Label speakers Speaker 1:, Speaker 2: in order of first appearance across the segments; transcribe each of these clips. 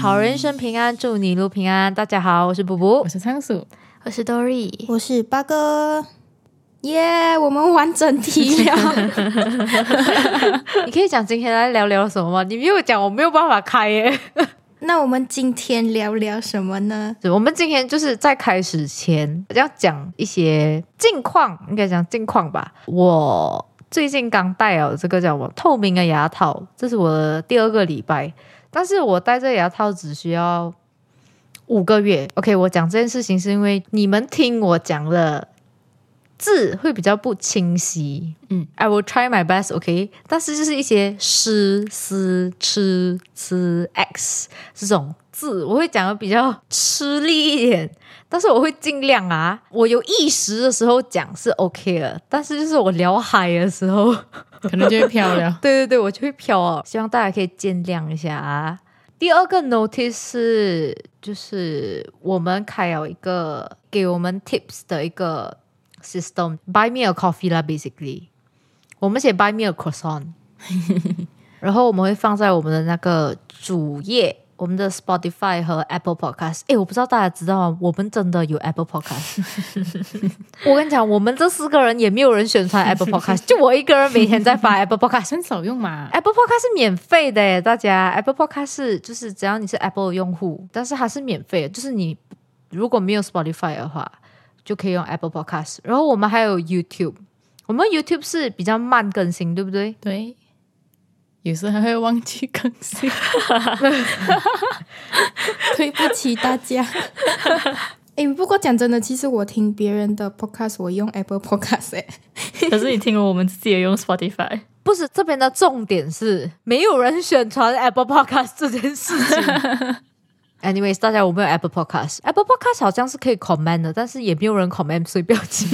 Speaker 1: 好人一生平安，祝你一路平安。大家好，我是卜卜
Speaker 2: 我，是仓鼠，
Speaker 3: 我是 Dory，
Speaker 4: 我是八哥，
Speaker 3: 耶我们完整题 了。
Speaker 1: 你可以讲今天来聊聊什么吗？你没有讲，我没有办法开耶。
Speaker 4: 那我们今天聊聊什么呢？
Speaker 1: 我们今天就是在开始前要讲一些近况，应该讲近况吧。我最近刚戴了这个叫什么透明的牙套，这是我的第二个礼拜，但是我戴这个牙套只需要五个月。OK，我讲这件事情是因为你们听我讲了。字会比较不清晰，
Speaker 2: 嗯
Speaker 1: ，I will try my best，OK，、但是就是一些诗、思、吃、吃、x 这种字，我会讲的比较吃力一点，但是我会尽量啊。我有意识的时候讲是 OK 的，但是就是我聊嗨的时候，。
Speaker 2: 可能就会飘了
Speaker 1: 对对对，我就会飘哦。希望大家可以见谅一下啊。第二个 notice 是，就是我们开了一个给我们 tips 的一个 system，buy me a coffee 啦，basically，我们写 buy me a croissant，然后我们会放在我们的那个主页。我们的 Spotify 和 Apple Podcast，哎，我不知道大家知道吗？我们真的有 Apple Podcast。我跟你讲，我们这四个人也没有人宣传 Apple Podcast，就我一个人每天在发 Apple Podcast。
Speaker 2: 很少用嘛，
Speaker 5: 哎
Speaker 1: Apple Podcast 是免费的耶，大家 Apple Podcast 是就是只要你是 Apple 的用户，但是它是免费的，就是你如果没有 Spotify 的话，就可以用 Apple Podcast。然后我们还有 YouTube，我们 YouTube 是比较慢更新，对不对？
Speaker 2: 对，有时候还会忘记更新。
Speaker 4: 对不起大 家。哎、不过讲真的，其实我听别人的 podcast，我用 Apple Podcast 哎、
Speaker 5: 可是你听了我们自己也用 Spotify，
Speaker 1: 不是这边的重点是没有人宣传 Apple Podcast 这件事情。Anyways，大家我们有 Apple Podcast，Apple Podcast 好像是可以 comment 的，但是也没有人 comment，所以不要 急。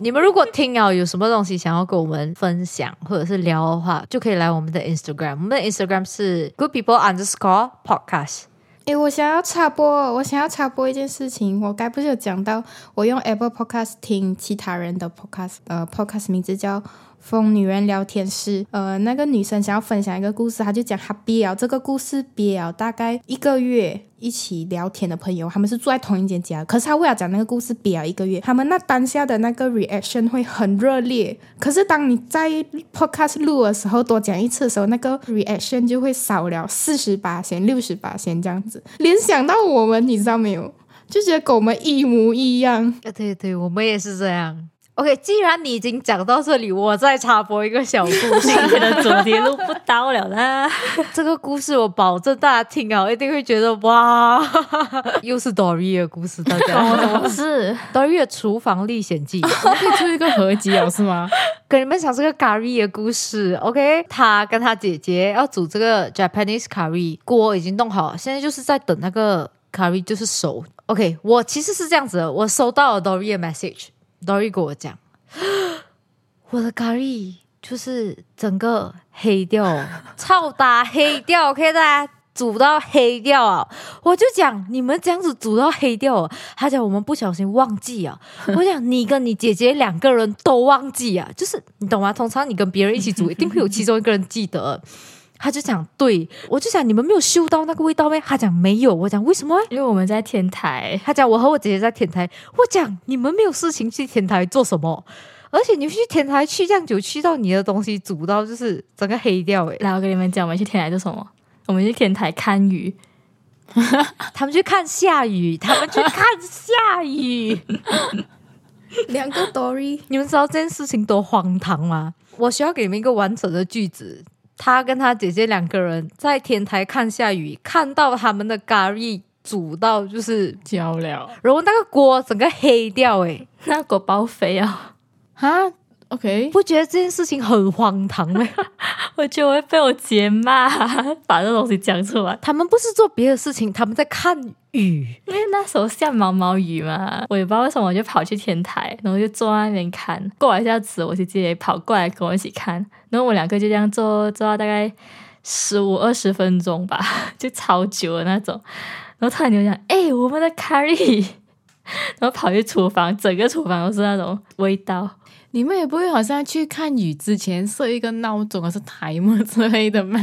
Speaker 1: 你们如果听了有什么东西想要跟我们分享或者是聊的话，就可以来我们的 Instagram，我们的 Instagram 是 Good People Underscore Podcast。
Speaker 4: 诶我想要插播，我想要插播一件事情。我该不是有讲到我用 Apple Podcast 听其他人的 Podcast，呃，Podcast 名字叫《疯女人聊天室》。呃，那个女生想要分享一个故事，她就讲她憋了这个故事憋了大概一个月，一起聊天的朋友，他们是住在同一间家，可是她为了讲那个故事憋了一个月，他们那当下的那个 reaction 会很热烈。可是当你在 podcast 录的时候，多讲一次的时候，那个 reaction 就会少了四十八先、六十八先这样子。联想到我们，你知道没有？就觉得跟我们一模一样。
Speaker 1: 呃，对对，我们也是这样。OK，既然你已经讲到这里，我再插播一个小故 事。
Speaker 5: 今天的主题录不到了啦。
Speaker 1: 这个故事我保证大家听了一定会觉得哇， 哦又是 Dory 的故事，大 家
Speaker 5: 我是
Speaker 1: Dory 的厨房历险记，
Speaker 2: 可以出一个合集哦，是吗？
Speaker 1: 给你们讲这个 Gary 的故事。OK，他跟他姐姐要煮这个 Japanese curry，锅已经弄好了，现在就是在等那个 curry 就是熟。OK，我其实是这样子的，我收到了 Dory 的 message，Dory 跟我讲， 我的 curry 就是整个黑掉了，超大黑掉，OK 大家。煮到黑掉啊！我就讲你们这样子煮到黑掉啊，他讲我们不小心忘记啊， 我想你跟你姐姐两个人都忘记啊，就是你懂吗？通常你跟别人一起煮，一定会有其中一个人记得。他就讲对，我就想你们没有嗅到那个味道咩？他讲没有，我讲为什么诶？
Speaker 5: 因为我们在天台，
Speaker 1: 他讲我和我姐姐在天台，我讲你们没有事情去天台做什么？而且你去天台去这样久，去到你的东西煮到就是整个黑掉欸诶。
Speaker 5: 来我跟你们讲，我们去天台做什么？我们去天台看雨，
Speaker 1: 他们去看下雨，他们去看下雨。
Speaker 4: 两个 Dory，
Speaker 1: 你们知道这件事情多荒唐吗？我需要给你们一个完整的句子。他跟他姐姐两个人在天台看下雨，看到他们的咖喱煮到就是，
Speaker 2: 交了
Speaker 1: 然后那个锅整个黑掉、欸，
Speaker 5: 那狗报废啊！
Speaker 2: 哈，OK，
Speaker 1: 不觉得这件事情很荒唐吗？
Speaker 5: 我觉得我会被我姐骂，把这东西讲出来。
Speaker 1: 他们不是做别的事情，他们在看雨。
Speaker 5: 因为那时候下毛毛雨嘛，我也不知道为什么，我就跑去天台，然后就坐在那边看。过了一下子，我姐姐也跑过来跟我一起看，然后我们两个就这样坐坐到大概十五二十分钟吧， 就超久的那种。然后突然就讲：“哎、我们的 curry。”然后跑去厨房，整个厨房都是那种味道。
Speaker 2: 你们也不会好像去看雨之前设一个闹钟还是 timer 之类的吗？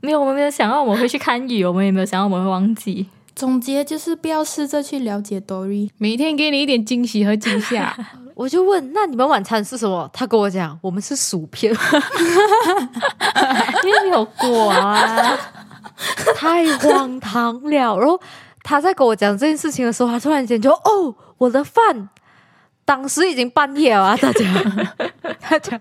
Speaker 5: 没有，我们没有想到我们会去看雨，我们也没有想到我们会忘记。
Speaker 4: 总结就是不要试着去了解 Dory。
Speaker 2: 每天给你一点惊喜和惊 吓。
Speaker 6: 我就问，那你们晚餐是什么？他跟我讲，我们是薯片，
Speaker 5: 因为 没有果啊，
Speaker 6: 太荒唐了。然后他在跟我讲这件事情的时候，他突然间就哦，我的饭。当时已经半夜了、 啊，他讲，他讲，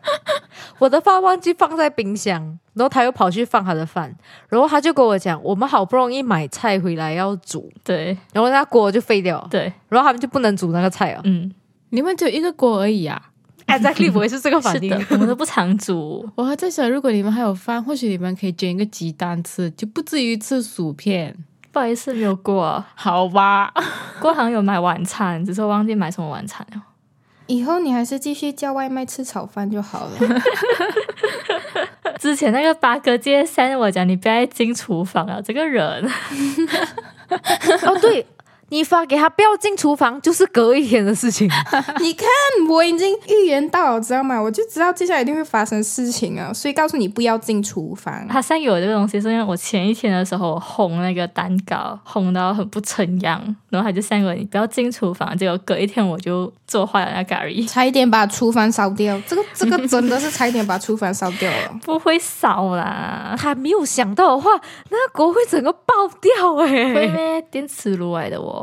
Speaker 6: 我的饭忘记放在冰箱，然后他又跑去放他的饭，然后他就跟我讲，我们好不容易买菜回来要煮，
Speaker 5: 对
Speaker 6: 然后那锅就废掉了，
Speaker 5: 对，
Speaker 6: 然后他们就不能煮那个 菜了。
Speaker 5: 嗯，
Speaker 2: 你们只有一个锅而已啊！
Speaker 6: Exactly，我也是这个反
Speaker 5: 是
Speaker 6: 应
Speaker 5: 的。，我们都不常煮。
Speaker 2: 我还在想，如果你们还有饭，或许你们可以煎一个鸡蛋吃，就不至于吃薯片，
Speaker 5: 不好意思，没有过。啊
Speaker 2: 好吧？
Speaker 5: 过好像有买晚餐，只是我忘记买什么晚餐了。
Speaker 4: 以后你还是继续叫外卖吃炒饭就好了。
Speaker 5: 之前那个八哥今天 send 我讲，你不要再进厨房了，这个人
Speaker 6: 哦，对你发给他不要进厨房，就是隔一天的事情。
Speaker 4: 你看，我已经预言到了，知道吗？我就知道接下来一定会发生事情啊，所以告诉你不要进厨房。
Speaker 5: 他 send 给我这个东西，是因为我前一天的时候烘那个蛋糕，烘到很不成样，然后他就 send 我你不要进厨房，结果隔一天我就做坏了那咖喱，
Speaker 4: 差一点把厨房烧掉，这个这个真的是差一点把厨房烧掉了。
Speaker 5: 不会烧啦。
Speaker 6: 啊他没有想到的话，那个锅会整个爆掉哎、
Speaker 5: 会 咩？电磁炉来的哦。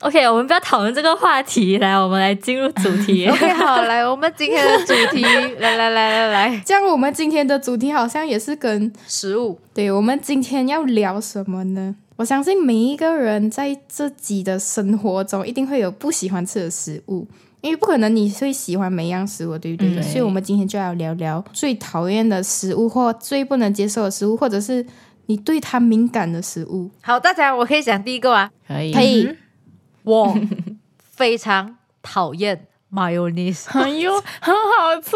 Speaker 5: OK，我们不要讨论这个话题，来，我们来进入主 题。
Speaker 6: OK，好，来，我们今天的主题，来来来来来，
Speaker 4: 这样，我们今天的主题好像也是跟
Speaker 6: 食物
Speaker 4: 对，我们今天要聊什么呢？我相信每一个人在自己的生活中一定会有不喜欢吃的食物，因为不可能你会喜欢每样食物，对不对？
Speaker 5: 嗯
Speaker 4: 所以，我们今天就要聊聊最讨厌的食物，或最不能接受的食物，或者是你对它敏感的食物。
Speaker 6: 好，大家我可以讲第一个 啊，
Speaker 2: 可以，
Speaker 4: 可以，
Speaker 6: 我非常讨厌 mayonnaise，
Speaker 2: 哎呦，很好吃。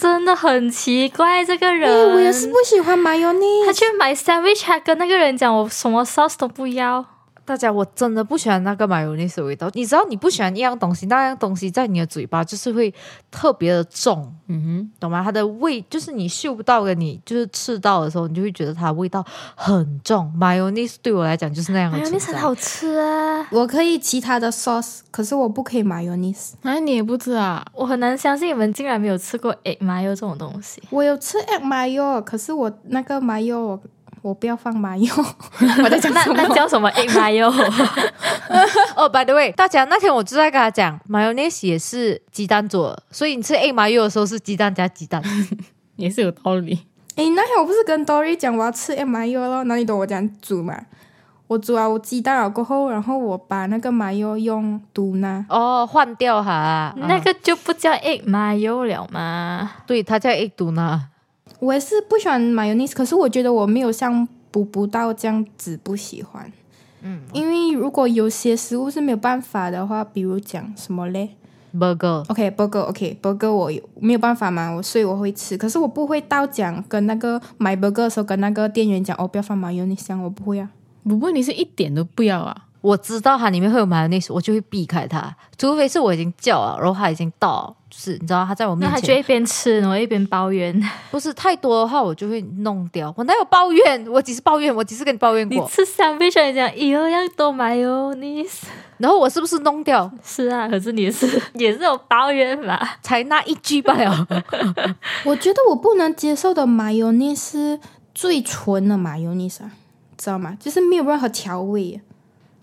Speaker 5: 真的很奇怪，这个
Speaker 4: 哎、
Speaker 5: 人
Speaker 4: 我也是不喜欢 mayonnaise，
Speaker 5: 他去买 sandwich，还跟那个人讲我什么 sauce 都不要。
Speaker 6: 大家我真的不喜欢那个 mayonnaise 的味道。你知道你不喜欢一样东西，那样东西在你的嘴巴就是会特别的重，
Speaker 2: 嗯
Speaker 6: 懂吗？它的味就是你嗅不到跟你就是吃到的时候，你就会觉得它的味道很重。mayonnaise 对我来讲就是那 样的存
Speaker 5: mayonnaise
Speaker 6: 在
Speaker 5: 很。好吃啊，
Speaker 4: 我可以其他的 sauce，可是我不可以 mayonnaise。
Speaker 2: 哼，啊，你也不吃啊？
Speaker 5: 我很难相信你们竟然没有吃过 egg mayo 这种东西。
Speaker 4: 我有吃 egg mayo，可是我那个 mayo 我我不要 放 mayo，我在讲
Speaker 5: 那
Speaker 4: 什么？
Speaker 5: 那叫什么啊 egg mayo？
Speaker 6: 哦、b y the way，大家那天我就在跟他讲，mayonnaise 也是鸡蛋做的，所以你吃 egg mayo 的时候是鸡蛋加鸡蛋。
Speaker 2: 也是有道理。
Speaker 4: 诶，那天我不是跟 Dory 讲我要吃 M I U 咯，那你懂我讲煮嘛？我煮啊，我鸡蛋了过后，然后我把那个麻油用毒呢，
Speaker 6: 哦，换掉哈，
Speaker 5: 那
Speaker 6: 啊、
Speaker 5: 个就不叫 egg mayo 了吗？
Speaker 6: 对，它叫 egg 毒呢。
Speaker 4: 我也是不喜欢 mayonnaise，可是我觉得我没有像补不到这样子不喜欢。嗯，因为如果有些食物是没有办法的话，比如讲什么嘞
Speaker 6: burger，
Speaker 4: ？OK，burger，OK，burger、我有没有办法嘛，我所以我会吃，可是我不会到讲跟那个买 burger 的时候跟那个店员讲哦，不要放 mayonnaise，这样我不会啊。
Speaker 2: 不过你是一点都不要啊？
Speaker 6: 我知道它里面会有 mayonnaise，我就会避开它，除非是我已经叫了，然后它已经到了，就是你知道它在我面
Speaker 5: 那他
Speaker 6: 前，
Speaker 5: 就一边吃，然后一边抱怨。
Speaker 6: 不是太多的话，我就会弄掉。我哪有抱怨？我几次抱怨？我几次跟你抱怨
Speaker 5: 你
Speaker 6: 过？
Speaker 5: 吃 sandwich 人讲以后要多 mayonnaise。
Speaker 6: 然后我是不是弄掉？
Speaker 5: 是啊，可是你也 是也是有抱怨吧？
Speaker 6: 才那一句罢了。
Speaker 4: 我觉得我不能接受的麻油腻是最纯的麻油腻啊，知道吗？就是没有任何调味，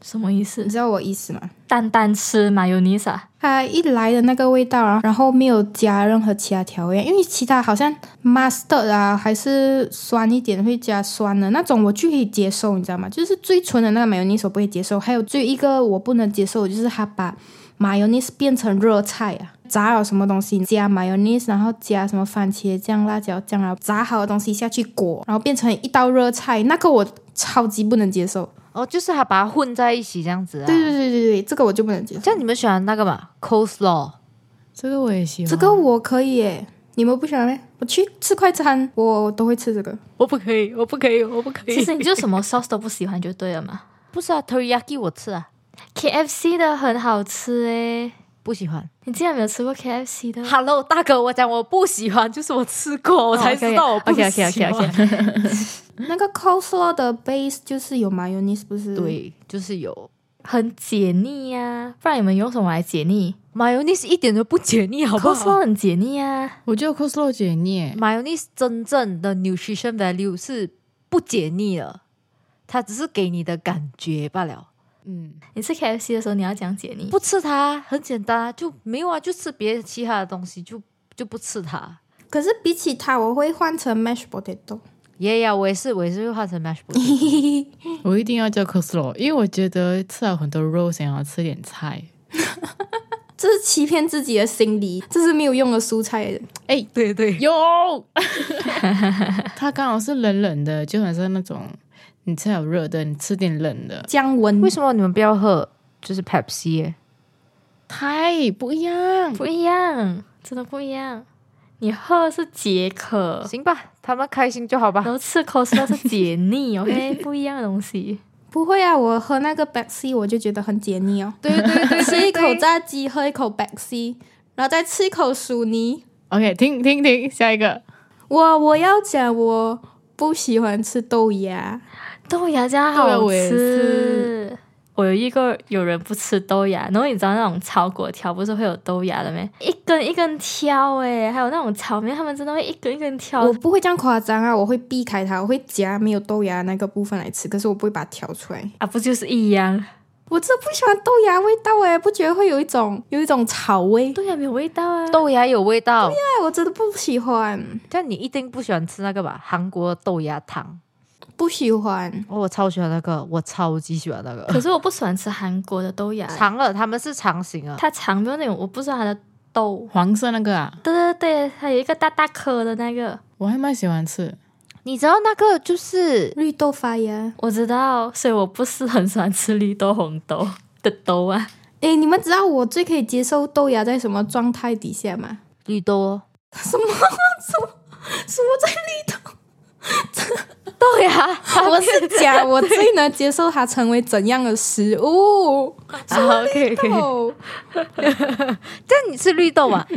Speaker 5: 什么意思
Speaker 4: 你？知道我意思吗？
Speaker 5: 单单吃 mayonnaise 啊？
Speaker 4: 它一来的那个味道，然后然后没有加任何其他调味，因为其他好像 mustard 啊，还是酸一点会加酸的那种，我就可以接受，你知道吗？就是最纯的那个麻油腻我不会接受。还有最一个我不能接受，就是它把麻油腻变成热菜啊。炸了什么东西，加 mayonnaise，然后加什么番茄酱、辣椒酱啊，炸好的东西下去裹，然后变成一道热菜，那个我超级不能接受。
Speaker 6: 哦，就是他把它混在一起这样子啊。
Speaker 4: 对对对对对，这个我就不能接受。
Speaker 6: 像你们喜欢那个嘛，coleslaw，
Speaker 2: 这个我也喜欢。
Speaker 4: 这
Speaker 6: 哦
Speaker 4: 个我可以耶，你们不喜欢咩？我去吃快餐，我都会吃这个。
Speaker 6: 我不可以，我不可以，我不可
Speaker 5: 其实你就什么 sauce 都不喜欢 就对了嘛。
Speaker 6: 不是啊，teriyaki 我吃啊。
Speaker 5: KFC 的很好吃诶，
Speaker 6: 不喜欢。
Speaker 5: 你竟然没有吃过 KFC 的
Speaker 6: Hello，大哥，我讲我不喜欢，就是我吃过，我才知道我不喜
Speaker 5: OK
Speaker 6: 欢。
Speaker 5: OK OK OK，
Speaker 6: 嗯
Speaker 4: 那个 coleslaw 的 base 就是有 mayonnaise，不是？，
Speaker 6: 对，就是有
Speaker 5: 很解腻呀、不然你们用什么来解腻
Speaker 6: mayonnaise 一点都不解腻， 好不好
Speaker 5: coleslaw 很解腻啊，
Speaker 2: 我觉得 coslo 解腻，
Speaker 6: ？mayonnaise 真正的 nutrition value 是不解腻的，它只是给你的感觉罢了。
Speaker 2: 嗯，
Speaker 5: 你吃 KFC 的时候你要讲解腻，
Speaker 6: 不吃它很简单啊，就没有啊，就吃别的其他的东西，就就不吃它。
Speaker 4: 可是比起它，我会换成 mashed potato。
Speaker 6: 也呀，我也是，我也是会换成 mash p o t
Speaker 2: 我一定要叫 coslo，因为我觉得吃了很多肉，想要吃点菜。
Speaker 4: 这是欺骗自己的心理，这是没有用的蔬菜。
Speaker 2: 哎，
Speaker 6: 对对，
Speaker 2: 有， 它刚好是冷冷的，就很像那种你吃了热的，你吃点冷的，
Speaker 4: 姜文
Speaker 6: 为什么你们不要喝就是 Pepsi？耶
Speaker 2: 太不一样。
Speaker 5: 不一样，真的不一样。你喝是解 渴，
Speaker 6: 行吧，他们开心就好吧
Speaker 5: 然。后吃 coleslaw 是解腻，OK，不 一样的东西。
Speaker 4: 不会啊，我喝那个 b a x i 我就觉得很解腻哦。
Speaker 6: 对对对，
Speaker 4: 吃一口
Speaker 6: 在
Speaker 4: 炸鸡，喝一口 b a x i 然后再吃一口薯泥。
Speaker 2: OK，停停停，下一个。
Speaker 4: 我我要讲，我不喜欢吃豆芽，
Speaker 5: 豆芽加
Speaker 2: 对啊
Speaker 5: 好
Speaker 2: 我也
Speaker 5: 吃
Speaker 2: 是。
Speaker 5: 我有遇过有人不吃豆芽，然后你知道那种炒粿条不是会有豆芽的没？一根一根挑诶、还有那种炒面，他们真的会一根一根挑
Speaker 4: 我。不会这样夸张啊，我会避开它，我会夹没有豆芽那个部分来吃，可是我不会把它挑出来。
Speaker 5: 啊，不就是一样？
Speaker 4: 我真的不喜欢豆芽味道哎、不觉得会有一种有一种草味？
Speaker 5: 豆芽没有味道啊！
Speaker 6: 豆芽有味道，
Speaker 4: 哎，我真的不喜欢，
Speaker 6: 但你一定不喜欢吃那个吧？韩国豆芽汤，
Speaker 4: 不喜欢。
Speaker 6: 哦我超喜欢那个，我超级喜欢那个。
Speaker 5: 可是我不喜欢吃韩国的 豆芽，
Speaker 6: 长了，嗯他们是长形啊，
Speaker 5: 它长的那种，我不喜欢它的豆。
Speaker 2: 黄色那个啊，
Speaker 5: 对对对，它有一个大大颗的那个，
Speaker 2: 我还蛮喜欢吃。
Speaker 6: 你知道那个就是
Speaker 4: 绿豆发芽，
Speaker 5: 我知道，所以我不是很喜欢吃绿豆红豆的豆啊。
Speaker 4: 哎，你们知道我最可以接受豆芽在什么状态底下吗？
Speaker 6: 绿豆哦，
Speaker 4: 什么什么什么在绿豆？
Speaker 6: 豆芽，
Speaker 4: 我是讲我最能接受它成为怎样的食物？
Speaker 6: 好，OK OK。
Speaker 4: 哦，
Speaker 6: 但你吃绿豆 啊？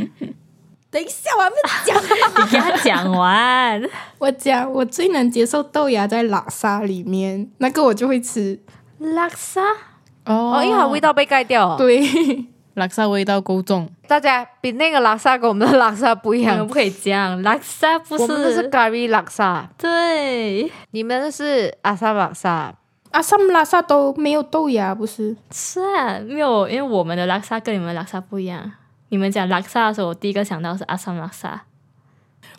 Speaker 4: 等一下，我还没讲。
Speaker 5: 你给他讲完，
Speaker 4: 我讲我最能接受豆芽在拉沙里面，那个我就会吃。
Speaker 5: 拉萨
Speaker 2: 哦
Speaker 6: 哦，因为它味道被盖掉
Speaker 4: 啊
Speaker 6: 哦。
Speaker 4: 对，
Speaker 2: 拉萨味道够重，
Speaker 6: 大家比那个拉萨跟我们的拉萨不一
Speaker 5: 你们
Speaker 6: 样
Speaker 5: 不，可以这样，拉萨不
Speaker 6: 我们的是
Speaker 5: 是
Speaker 6: 咖喱拉萨，
Speaker 5: 对，
Speaker 6: 你们的是阿萨拉萨。
Speaker 4: 阿萨姆拉萨都没有豆芽，不是？
Speaker 5: 是啊，没有，因为我们的拉萨跟你们的拉萨不一样。你们讲拉萨的时候，我第一个想到是阿萨姆拉萨。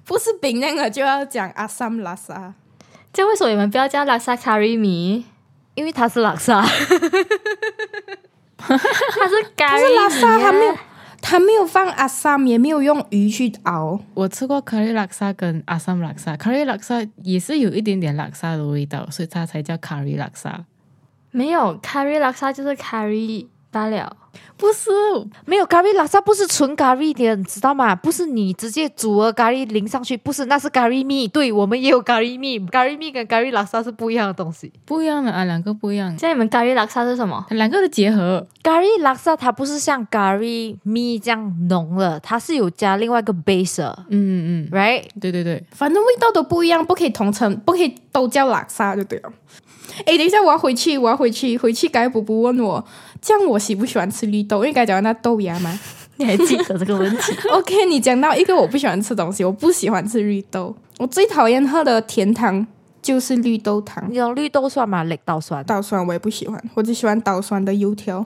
Speaker 4: 不是饼那个就要讲阿萨姆拉萨。
Speaker 5: 这样为什么你们不要叫拉萨卡瑞米？
Speaker 6: 因为它是拉萨，
Speaker 5: 它是咖
Speaker 4: 可
Speaker 5: 喱
Speaker 4: 是
Speaker 5: 米、啊，
Speaker 4: 拉萨 它没有，它没有放阿萨姆，也没有用鱼去熬。
Speaker 2: 我吃过咖喱拉萨跟阿萨姆拉萨，咖喱拉萨也是有一点点拉萨的味道，所以它才叫咖喱拉萨。
Speaker 5: 没有咖喱拉萨就是咖喱罢了。
Speaker 2: 不是，
Speaker 6: 没有咖喱拉萨不是纯咖喱的，你知道吗？不是你直接煮了咖喱淋上去，不是，那是咖喱蜜。对我们也有咖喱蜜，咖喱蜜跟咖喱拉萨是不一样的东西。
Speaker 2: 不一样的啊，两个不一样，
Speaker 5: 这样你们咖喱拉萨是什么？
Speaker 2: 两个的结合。
Speaker 6: 咖喱拉萨它不是像咖喱蜜这样浓了，它是有加另外一个 base 的
Speaker 2: 嗯嗯，
Speaker 6: ，right？
Speaker 2: 对对对，
Speaker 4: 反正味道都不一样，不可以同称，不可以都叫拉萨就对了。哎，等一下，我要回去，我要回去，回去该补补问我，这样我喜不喜欢吃绿豆？因为该讲到那豆芽嘛。
Speaker 5: 你还记得这个问题？
Speaker 4: OK，你讲到一个我不喜欢吃的东西，我不喜欢吃绿豆，我最讨厌喝的甜汤就是绿豆汤，
Speaker 6: 你懂绿豆酸吗？绿豆酸，
Speaker 4: 稻酸我也不喜欢，我只喜欢稻酸的油条。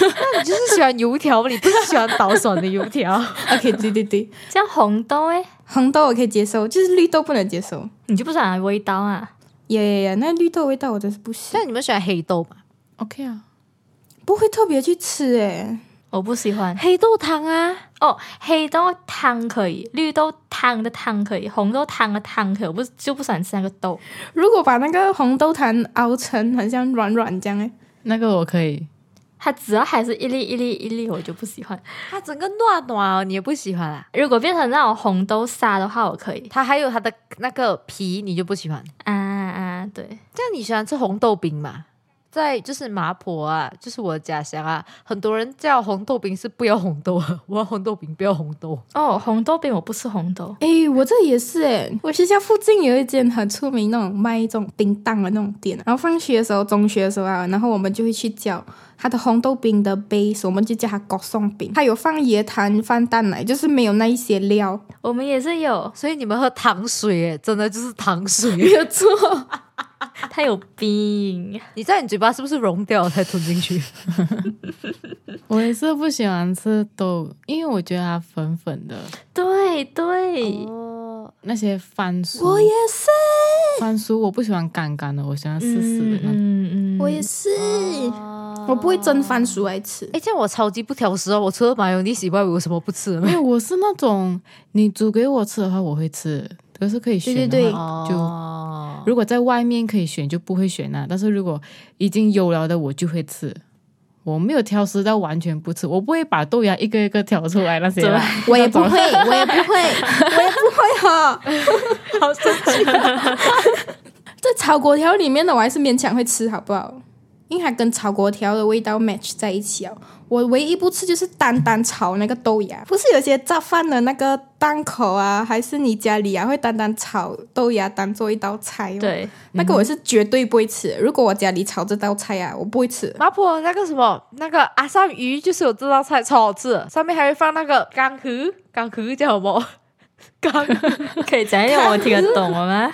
Speaker 6: 那你就是喜欢油条，你不是喜欢捣蒜的油 条。
Speaker 4: OK，对对对，
Speaker 5: 这样红豆诶，
Speaker 4: 红豆我可以接受，就是绿豆不能接受。
Speaker 5: 你就不喜欢味道啊？
Speaker 4: 耶耶耶，那绿豆味道我真是不
Speaker 6: 那
Speaker 4: 行，
Speaker 6: 你们喜欢黑豆吗？
Speaker 2: ，OK 啊，
Speaker 4: 不会特别去吃诶。
Speaker 5: 我不喜欢。
Speaker 6: 黑豆汤啊，
Speaker 5: 哦，黑豆汤可以，绿豆汤的汤可以，红豆汤的汤可以，我不就不喜欢吃那个豆。
Speaker 4: 如果把那个红豆汤熬成很像软软这样诶，
Speaker 2: 那个我可以。
Speaker 5: 它只要还是一粒一粒一粒，我就不喜欢。
Speaker 6: 它整个暖暖哦，你也不喜欢啊。
Speaker 5: 如果变成那种红豆沙的话，我可以。
Speaker 6: 它还有它的那个皮，你就不喜欢。
Speaker 5: 啊啊，对，
Speaker 6: 这样你喜欢吃红豆饼吗？在就是麻婆啊，就是我的家乡啊，很多人叫红豆饼是不要红豆啊，我要红豆饼，不要红豆。
Speaker 5: 哦，红豆饼我不吃红豆，
Speaker 4: 诶，哎我这也是诶，我学校附近有一间很出名那种卖一种冰棒的那种店，然后放学的时候，中学的时候啊，然后我们就会去叫它的红豆饼的 base，我们就叫它高松饼，它有放椰糖、放蛋奶，就是没有那一些料。
Speaker 5: 我们也是有，
Speaker 6: 所以你们喝糖水，哎，真的就是糖水。
Speaker 4: 有错，
Speaker 5: 它有冰。
Speaker 6: 你在你嘴巴是不是融掉了才吞进去？
Speaker 2: 我也是不喜欢吃豆，因为我觉得它粉粉的，
Speaker 5: 对对，
Speaker 6: 哦，
Speaker 2: 那些番薯，
Speaker 3: 我也是，
Speaker 2: 番薯我不喜欢干干的，我喜欢湿湿的那种。
Speaker 5: 嗯嗯嗯，
Speaker 3: 我也是，
Speaker 4: 我不会蒸番薯来吃。
Speaker 6: 哎，这样我超级不挑食哦，我除了麻油腻以外，我有什么不吃的吗
Speaker 2: 没？有，我是那种你煮给我吃的话，我会吃，可是可以选的话啊
Speaker 4: 对对对
Speaker 2: 就。
Speaker 6: 哦，
Speaker 2: 如果在外面可以选，就不会选啊那、但是如果已经有了的，我就会吃。我没有挑食到完全不吃，我不会把豆芽一个一个挑出来那些啦。
Speaker 4: 我也不会，我也不会，我也不会哈。
Speaker 5: 好生气，
Speaker 4: 这炒粿条里面的我还是勉强会吃，好不好？因为它跟炒粿条的味道 match 在一起哦。我唯一不吃就是单单炒那个豆芽，不是有些炸饭的那个档口啊，还是你家里啊会单单炒豆芽当做一道菜、哦。，
Speaker 5: 对，
Speaker 4: 那个我是绝对不会吃的。如果我家里炒这道菜啊，我不会 吃。
Speaker 6: 麻婆那个什么，那个阿三鱼就是有这道菜超好吃，上面还会放那个干糊，干糊叫什么？干
Speaker 5: 可以讲一点我们听得懂了吗？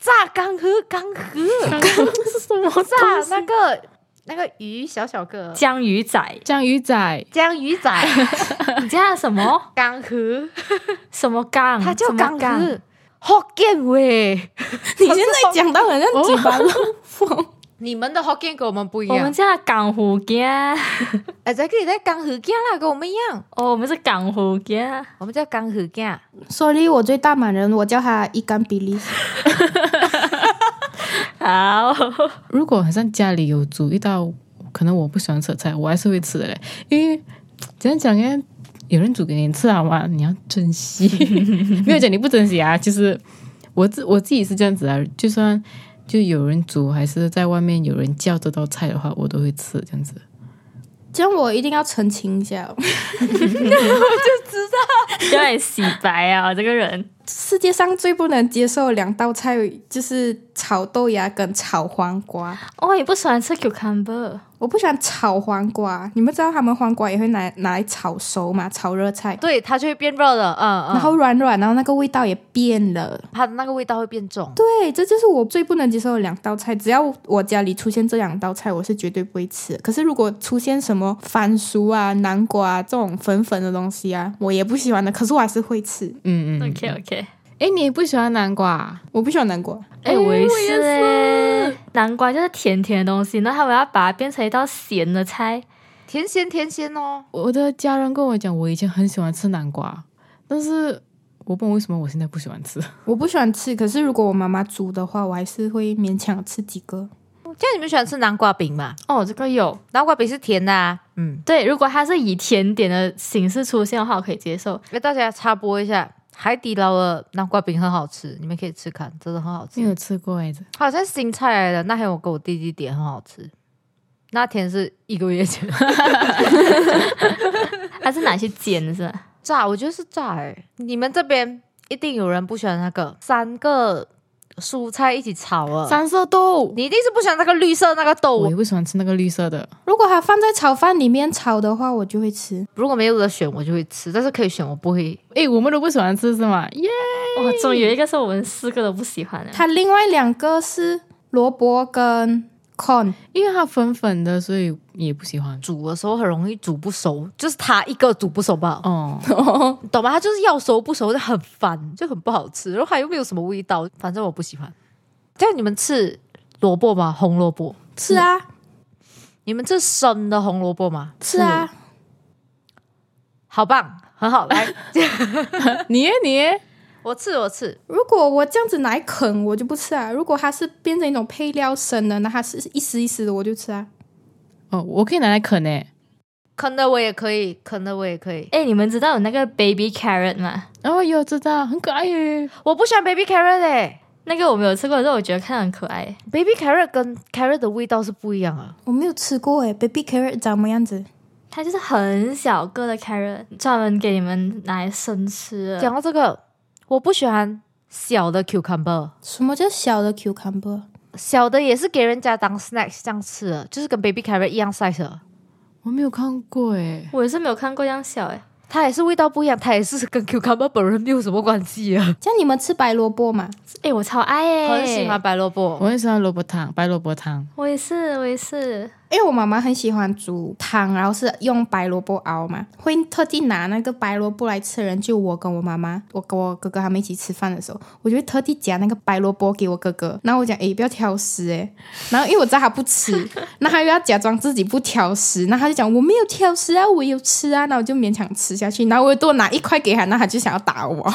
Speaker 6: 炸干糊，干糊，
Speaker 2: 是什么
Speaker 6: 炸那个那个鱼小小个，
Speaker 5: 江鱼仔，
Speaker 2: 酱鱼仔，
Speaker 6: 江鱼 仔，
Speaker 5: 你叫什么
Speaker 6: 干糊，
Speaker 5: 什么缸？
Speaker 6: 它叫
Speaker 5: 什么
Speaker 6: 干
Speaker 5: 缸
Speaker 6: 糊。Hokkien 喂，
Speaker 4: 你现在讲到很
Speaker 5: 哦
Speaker 4: 像嘴 巴漏风，
Speaker 6: 你们的 Hokkien 跟我们不一
Speaker 5: 我们
Speaker 6: 样，
Speaker 5: 叫港湖干，
Speaker 6: 哎，在可以在干糊干啦，跟我们一样，
Speaker 5: 哦，我们是港湖干，
Speaker 6: 我们叫干糊干。
Speaker 4: 所以我最大满人，我叫他一干比利。
Speaker 5: 好，
Speaker 2: 如果好像家里有煮一道可能我不喜欢吃的菜，我还是会吃的嘞，因为怎样讲呢？有人煮给你吃好吗？你要珍 惜，没有讲你不珍惜啊。就是我自我自己是这样子啊，就算就有人煮，还是在外面有人叫这道菜的话，我都会吃这样子。
Speaker 4: 这样我一定要澄清一下、哦，
Speaker 5: 有点洗白啊，我这个人。
Speaker 4: 世界上最不能接受的两道菜就是炒豆芽跟炒黄瓜。
Speaker 5: 哦，你不喜欢吃 cucumber？
Speaker 4: 我不喜欢炒黄瓜，你们知道他们黄瓜也会拿拿来炒熟嘛，炒热菜，
Speaker 6: 对，它就会变热了，嗯，嗯
Speaker 4: 然后软软，然后那个味道也变了。
Speaker 6: 它的那个味道会变重。
Speaker 4: 对，这就是我最不能接受的两道菜。只要我家里出现这两道菜，我是绝对不会吃的。可是如果出现什么番薯啊、南瓜、啊、这种粉粉的东西啊，我也不喜欢的。可是我还是会吃。
Speaker 2: 嗯嗯，
Speaker 5: OK OK，
Speaker 2: 哎，你不喜欢南瓜啊？
Speaker 4: 我不喜欢南瓜，
Speaker 5: 哎、我也是哎、南瓜就是甜甜的东西，然后他们要把它变成一道咸的菜，
Speaker 6: 甜咸甜咸哦，
Speaker 2: 我的家人跟我讲，我以前很喜欢吃南瓜，但是我不懂为什么我现在不喜欢吃。
Speaker 4: 我不喜欢吃。可是如果我妈妈煮的话，我还是会勉强吃几个。
Speaker 6: 这样你们喜欢吃南瓜饼吗？
Speaker 5: 哦，这个有
Speaker 6: 南瓜饼是甜的、啊，嗯，
Speaker 5: 对。如果它是以甜点的形式出现的话，我可以接受。
Speaker 6: 给大家插播一下，海底捞的南瓜饼很好吃，你们可以吃看，真的很好
Speaker 2: 没
Speaker 6: 吃。
Speaker 2: 有吃过哎，
Speaker 6: 好像是新菜来的，那天我跟我弟弟点，很好吃。那天是一个月前
Speaker 5: 它是拿去煎的是吧？
Speaker 6: 炸，我觉得是炸哎、你们这边一定有人不喜欢那个三个蔬菜一起炒啊，
Speaker 2: 三色豆，
Speaker 6: 你一定是不喜欢那个绿色那个豆。
Speaker 2: 我
Speaker 6: 我
Speaker 2: 也不喜欢吃那个绿色的。
Speaker 4: 如果它放在炒饭里面炒的话，我就会吃。
Speaker 6: 如果没有得选，我就会吃，但是可以选，我不会。
Speaker 2: 哎，我们都不喜欢吃是吗？耶、
Speaker 5: 哇，终于有一个是我们四个都不喜欢的。
Speaker 4: 它另外两个是萝卜跟 corn。
Speaker 2: 因为它粉粉的，所以也不喜欢。
Speaker 6: 煮的时候很容易煮不熟，就是它一个煮不熟吧，
Speaker 2: 哦，
Speaker 6: 你懂吗？它就是要熟不熟，就很烦，就很不好吃，然后它又没有什么味道，反正我不喜欢。这样你们吃萝卜吗？红萝卜？
Speaker 4: 吃啊，
Speaker 6: 你们吃生的红萝卜吗？
Speaker 4: 吃啊，
Speaker 6: 好棒，很好，来，
Speaker 2: 你耶你耶，
Speaker 6: 我吃我吃。
Speaker 4: 如果我这样子拿来啃，我就不吃啊。如果它是变成一种配料生的，那它是一丝一丝的，我就吃啊。
Speaker 2: 哦，我可以拿来啃诶。
Speaker 6: 啃的我也可以，啃的我也可以。
Speaker 5: 哎、你们知道有那个 baby carrot 吗？
Speaker 2: 哦，有知道，很可爱耶。
Speaker 6: 我不喜欢 baby carrot 哎、
Speaker 5: 那个我没有吃过，但是我觉得看着很可爱。
Speaker 6: baby carrot 跟 carrot 的味道是不一样啊。
Speaker 4: 我没有吃过诶 b a b y carrot 长什么样子？
Speaker 5: 它就是很小个的 carrot，专门给你们拿来生吃的。啊
Speaker 6: 讲到这个，我不喜欢小的 cucumber，
Speaker 4: 什么叫小的 cucumber？
Speaker 6: 小的也是给人家当 snacks 这样吃的，就是跟 baby carrot 一样 size 的。
Speaker 2: 我没有看过诶，
Speaker 5: 我也是没有看过这样小哎诶、
Speaker 6: 它也是味道不一样，它也是跟 cucumber 本人没有什么关系 啊。
Speaker 4: 像你们吃白萝卜嘛？
Speaker 5: 诶、哎我超爱诶、
Speaker 6: 很喜欢，白萝卜，
Speaker 2: 我也喜欢萝卜汤，白萝卜汤。
Speaker 5: 我也是，我也是。
Speaker 4: 因为我妈妈很喜欢煮汤，然后是用白萝卜熬嘛，会特地拿那个白萝卜来吃的人。就我跟我妈妈，我跟我哥哥他们一起吃饭的时候，我就会特地夹那个白萝卜给我哥哥。然后我讲，诶，不要挑食诶。然后因为我知道他不吃，然后他又要假装自己不挑食，然后他就讲我没有挑食啊，我有吃啊。那我就勉强吃下去，然后我又多拿一块给他，那他就想要打我。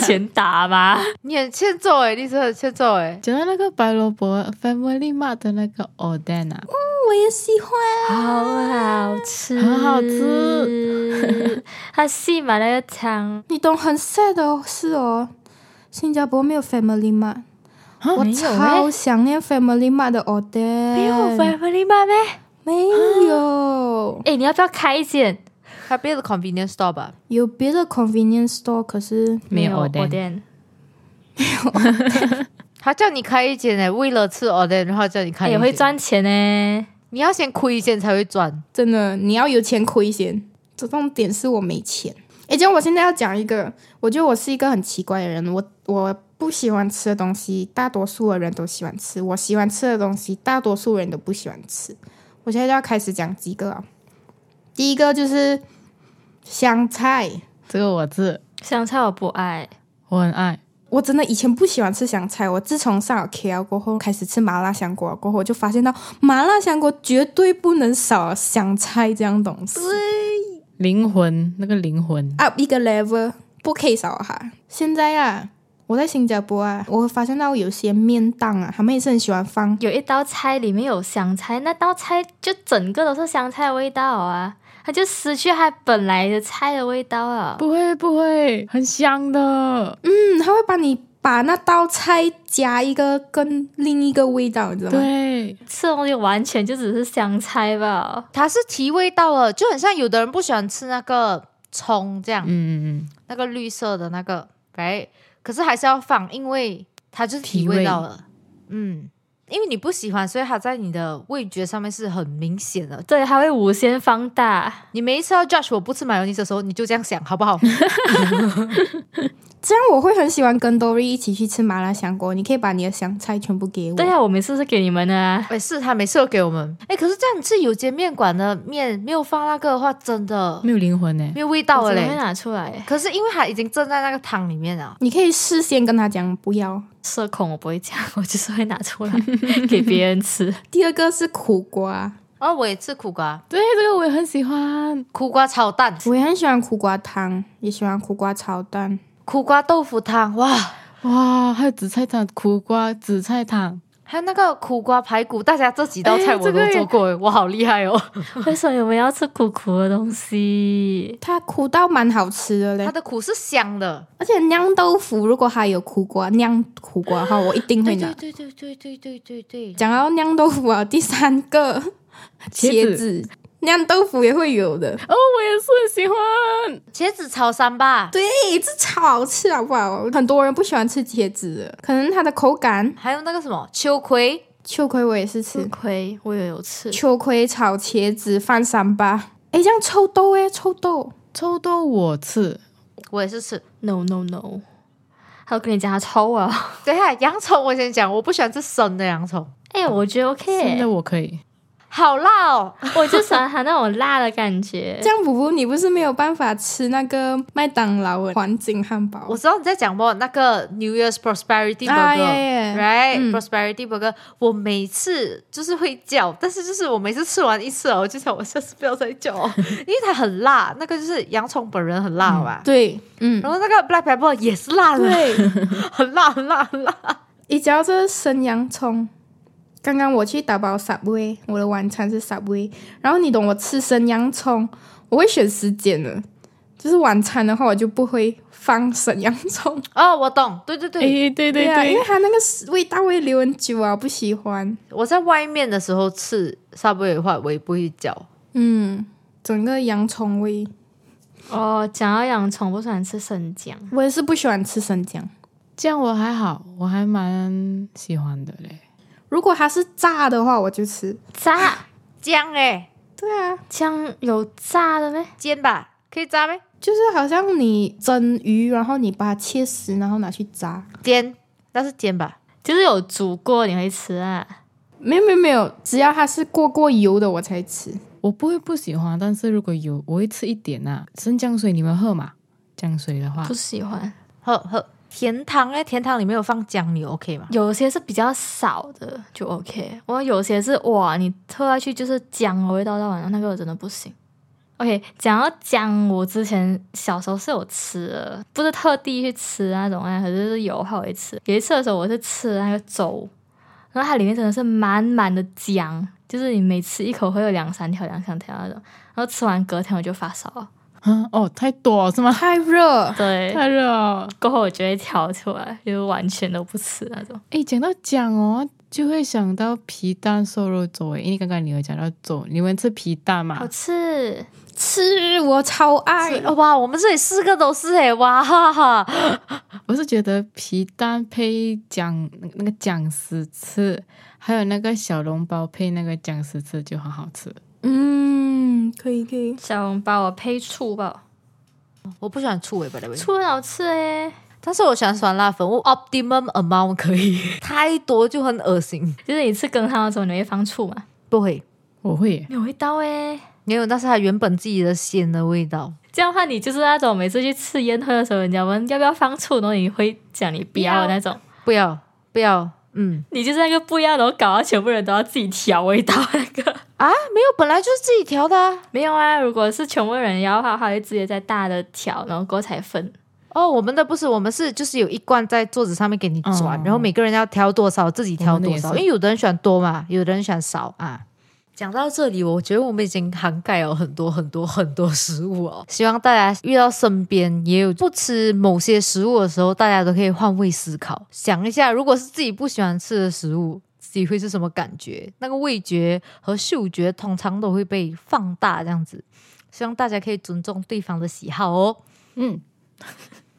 Speaker 5: 钱打吧，
Speaker 6: 你很欠揍哎、你真的很欠揍哎、
Speaker 2: 讲到那个白萝卜，Family Mart 的那个 o d a n 啊，
Speaker 4: 我也喜欢。
Speaker 5: 好好吃，
Speaker 2: 很好
Speaker 5: 吃。 它细买那个汤，
Speaker 4: 你懂很 sad 的哦是哦，新加坡没有 Family Mart，我
Speaker 5: 啊没有
Speaker 4: 超想念 Family Mart 的 o d e 没有
Speaker 5: family 妈咩？
Speaker 4: 没有，
Speaker 5: 诶、你要不要开一间？
Speaker 6: 它变成 convenience store 吧。
Speaker 4: 有别的 convenience store，可是
Speaker 2: 没有
Speaker 5: 我
Speaker 2: Oden
Speaker 5: 店。
Speaker 6: 他叫你开一间哎、为了吃 o r d e 然后叫你
Speaker 5: 它
Speaker 6: 开一
Speaker 5: 也
Speaker 6: 间，
Speaker 5: 会赚钱呢、
Speaker 6: 你要先亏一间才会赚。
Speaker 4: 真的你要有钱亏先。这重点是我没钱。诶，结果我现在要讲一个，我觉得我是一个很奇怪的人，我我不喜欢吃的东西，大多数的人都喜欢吃；我喜欢吃的东西，大多数人都不喜欢吃。我现在就要开始讲几个啊，第一个就是香菜。
Speaker 2: 这个我是
Speaker 5: 香菜我不爱，
Speaker 2: 我很爱。
Speaker 4: 我真的以前不喜欢吃香菜，我自从上了 KL 过后，开始吃麻辣香锅过后，我就发现到麻辣香锅绝对不能少香菜这样东西
Speaker 2: 灵魂，那个灵魂，
Speaker 4: ，up 一个 level 不可以少哈。现在啊，我在新加坡啊，我会发现到有些面档啊，他们也是很喜欢放，
Speaker 5: 有一道菜里面有香菜，那道菜就整个都是香菜的味道啊，它就失去它本来的菜的味道啊了。
Speaker 2: 不会不会，很香的。
Speaker 4: 嗯，他会把你把那道菜加一个跟另一个味道，你知道吗？
Speaker 2: 对，
Speaker 5: 吃的东西完全就只是香菜吧，
Speaker 6: 它是提味道了，就很像有的人不喜欢吃那个葱这样，
Speaker 2: 嗯嗯
Speaker 6: 那个绿色的那个，right？可是还是要放，因为它就是提味道了。嗯，因为你不喜欢，所以它在你的味觉上面是很明显的。
Speaker 5: 对，它会无限放大。
Speaker 6: 你每一次要 judge 我不吃马油尼的时候，你就这样想好不 好？
Speaker 4: 这样我会很喜欢跟 Dory 一起去吃麻辣香锅，你可以把你的香菜全部给我。
Speaker 5: 对呀、我每次是给你们的、啊，
Speaker 6: 哎，是他每次都给我们。哎，可是这样你吃有间面馆的面没有放那个的话，真的
Speaker 2: 嗯，没有灵魂呢
Speaker 6: 没。有味道
Speaker 5: 我
Speaker 6: 了
Speaker 5: 怎么会
Speaker 6: 嘞。
Speaker 5: 拿出来？
Speaker 6: 可是因为它已经浸在那个汤里面了，
Speaker 4: 你可以事先跟他讲不要。
Speaker 5: 社恐我不会讲， 我就是会拿出来给别人吃。
Speaker 4: 第二个是苦瓜，
Speaker 6: 哦，我也吃苦瓜，
Speaker 2: 对，这个我也很喜欢。
Speaker 6: 苦瓜炒蛋，
Speaker 4: 我也很喜欢苦瓜汤，也喜欢苦瓜炒蛋。
Speaker 6: 苦瓜豆腐汤，哇，
Speaker 2: 哇，还有紫菜汤、苦瓜紫菜汤，
Speaker 6: 还有那个苦瓜排骨，大家这几道菜
Speaker 2: 哎
Speaker 6: 我
Speaker 2: 这个
Speaker 6: 都
Speaker 2: 也
Speaker 6: 做过，我好厉害哦！
Speaker 5: 为什么你们要吃苦苦的东西？
Speaker 4: 它苦到蛮好吃的
Speaker 6: 它
Speaker 4: 嘞，
Speaker 6: 的苦是香的，
Speaker 4: 而且酿豆腐如果它有苦瓜酿苦瓜的话，我一定会拿。
Speaker 6: 对对对对对对对，
Speaker 4: 讲到酿豆腐啊，第三个
Speaker 2: 茄
Speaker 4: 茄
Speaker 2: 子
Speaker 4: 子酿豆腐也会有的，
Speaker 2: 哦，我也是很喜欢。
Speaker 6: 茄子炒三吧，
Speaker 4: 对，这超好吃好不好？很多人不喜欢吃茄子的，可能它的口感。
Speaker 6: 还有那个什么秋葵，
Speaker 4: 秋葵我也是
Speaker 5: 吃
Speaker 4: 吃，
Speaker 5: 亏我也有吃，
Speaker 4: 秋葵炒茄子放三八，诶，这样臭豆诶，臭豆。
Speaker 2: 臭豆我吃，
Speaker 6: 我也是吃。
Speaker 5: No no no，还有跟你讲它臭啊！
Speaker 6: 等一下，洋葱我先讲，我不喜欢吃生的洋葱，
Speaker 5: 哎、我觉得
Speaker 2: 现
Speaker 5: OK，欸
Speaker 2: 在我可以。
Speaker 6: 好辣哦！
Speaker 5: 我就喜欢它那种辣的感觉
Speaker 4: 这。样，补补，你不是没有办法吃那个麦当劳的环境汉堡？
Speaker 6: 我知道你在讲我那个 New Year's Prosperity
Speaker 4: 啊耶
Speaker 6: Burger。
Speaker 4: 耶
Speaker 6: Right,
Speaker 4: 嗯
Speaker 6: prosperity burger，我每次就是会叫，但是就是我每次吃完一次哦，我就想我下次不要再叫 哦，因为它很辣，那个就是洋葱本人很辣吧。
Speaker 4: 对，嗯，
Speaker 6: 然后那个 black pepper 也是辣的，
Speaker 4: 对。
Speaker 6: 很辣很辣很辣。
Speaker 4: 你只要这生洋葱，刚刚我去打包 Subway，我的晚餐是 Subway，然后你懂我吃生洋葱，我会选时间的，就是晚餐的话，我就不会放沈阳葱，
Speaker 6: 哦，我懂，对对对，
Speaker 2: 诶，哎对对
Speaker 4: 对啊，因
Speaker 2: 对
Speaker 4: 为，它那个味道会留很久啊，我不喜欢。
Speaker 6: 我在外面的时候吃 Subway 的话，我也不会叫。
Speaker 4: 嗯，整个洋葱味，
Speaker 5: 哦，讲到养宠，不喜欢吃生姜。
Speaker 4: 我也是不喜欢吃生姜。
Speaker 2: 这样我还好，我还蛮喜欢的嘞。
Speaker 4: 如果它是炸的话，我就吃。
Speaker 5: 炸
Speaker 6: 姜哎、
Speaker 4: 对啊，
Speaker 5: 姜有炸的咩？
Speaker 6: 煎吧，可以炸呗，
Speaker 4: 就是好像你蒸鱼，然后你把它切丝，然后拿去炸。
Speaker 6: 煎，那是煎吧。
Speaker 5: 就是有煮过你会吃啊？
Speaker 4: 没有没有没有，只要它是过过油的我才吃。
Speaker 2: 我不会不喜欢，但是如果有，我会吃一点呐、生姜水你们喝嘛？姜水的话
Speaker 5: 不，喜欢。
Speaker 6: 呵呵，甜汤哎、甜汤里面有放姜，你 OK 吗？
Speaker 5: 有些是比较少的就 OK，我有些是哇，你喝下去就是姜的味道到晚上那个我真的不行。OK，讲到姜，我之前小时候是有吃的，不是特地去吃那种啊，可是是有的话我会吃。有一次的时候，我是吃了那个粥，然后它里面真的是满满的姜，就是你每吃一口会有两三条、两三条那种。然后吃完隔天我就发烧了，
Speaker 2: 嗯，哦，太多是吗？
Speaker 4: 太热，
Speaker 5: 对，
Speaker 2: 太热了。
Speaker 5: 过后我就会挑出来，就是完全都不吃那种。
Speaker 2: 诶，哎讲到姜哦，就会想到皮蛋瘦肉粥诶，因为刚刚你有讲到粥，你们吃皮蛋
Speaker 5: 好
Speaker 2: 嘛？
Speaker 5: 吃，
Speaker 4: 吃我超爱。
Speaker 6: 哦哇，我们这里四个都是哎、哇哈哈，
Speaker 2: 我是觉得皮蛋配姜那个那个姜丝吃，还有那个小笼包配那个姜丝吃就很好吃。
Speaker 4: 嗯，可以可以。
Speaker 5: 小笼包我配醋吧，
Speaker 6: 我不喜欢醋味欸吧，
Speaker 5: 醋很好欸吃诶、
Speaker 6: 但是我喜欢酸辣粉，我 optimum amount 可以， 太多就很恶心。
Speaker 5: 就是你吃羹汤的时候，你会放醋嘛？
Speaker 6: 不会，
Speaker 2: 我会耶，
Speaker 5: 有味道诶、
Speaker 6: 没有，那是它原本自己的鲜的味道。
Speaker 5: 这样的话，你就是那种每次去吃宴会的时候，人家问要不要放醋，然后你会讲你不要的那种，
Speaker 6: 不要，不要，嗯
Speaker 5: 你就是那个不要，然后搞到全部人都要自己调味道那个。
Speaker 6: 啊，没有，本来就是自己调的、啊。
Speaker 5: 没有啊，如果是全部人要的话，他会直接在大的调，然后过后才分。
Speaker 6: 哦，我们的不是，我们是就是有一罐在桌子上面给你转，
Speaker 2: 哦
Speaker 6: 然后每个人要挑多少，自己挑
Speaker 2: 我
Speaker 6: 多
Speaker 2: 们的也
Speaker 6: 少，
Speaker 2: 是
Speaker 6: 因为有的人喜欢多嘛，有的人喜欢少啊。讲到这里，我觉得我们已经涵盖了很多很多很多食物哦。希望大家遇到身边也有不吃某些食物的时候，大家都可以换位思考，想一下，如果是自己不喜欢吃的食物，自己会是什么感觉？那个味觉和嗅觉通常都会被放大，这样子。希望大家可以尊重对方的喜好哦。
Speaker 2: 嗯，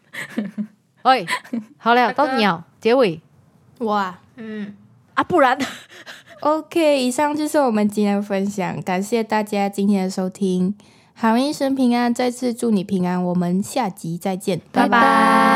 Speaker 6: 喂，好了，到你了，结尾
Speaker 4: 哇
Speaker 5: 嗯，
Speaker 6: 啊，不然
Speaker 4: ，OK，以上就是我们今天的分享，感谢大家今天的收听。好人一生平安，再次祝你平安，我们下集再见，
Speaker 5: 拜拜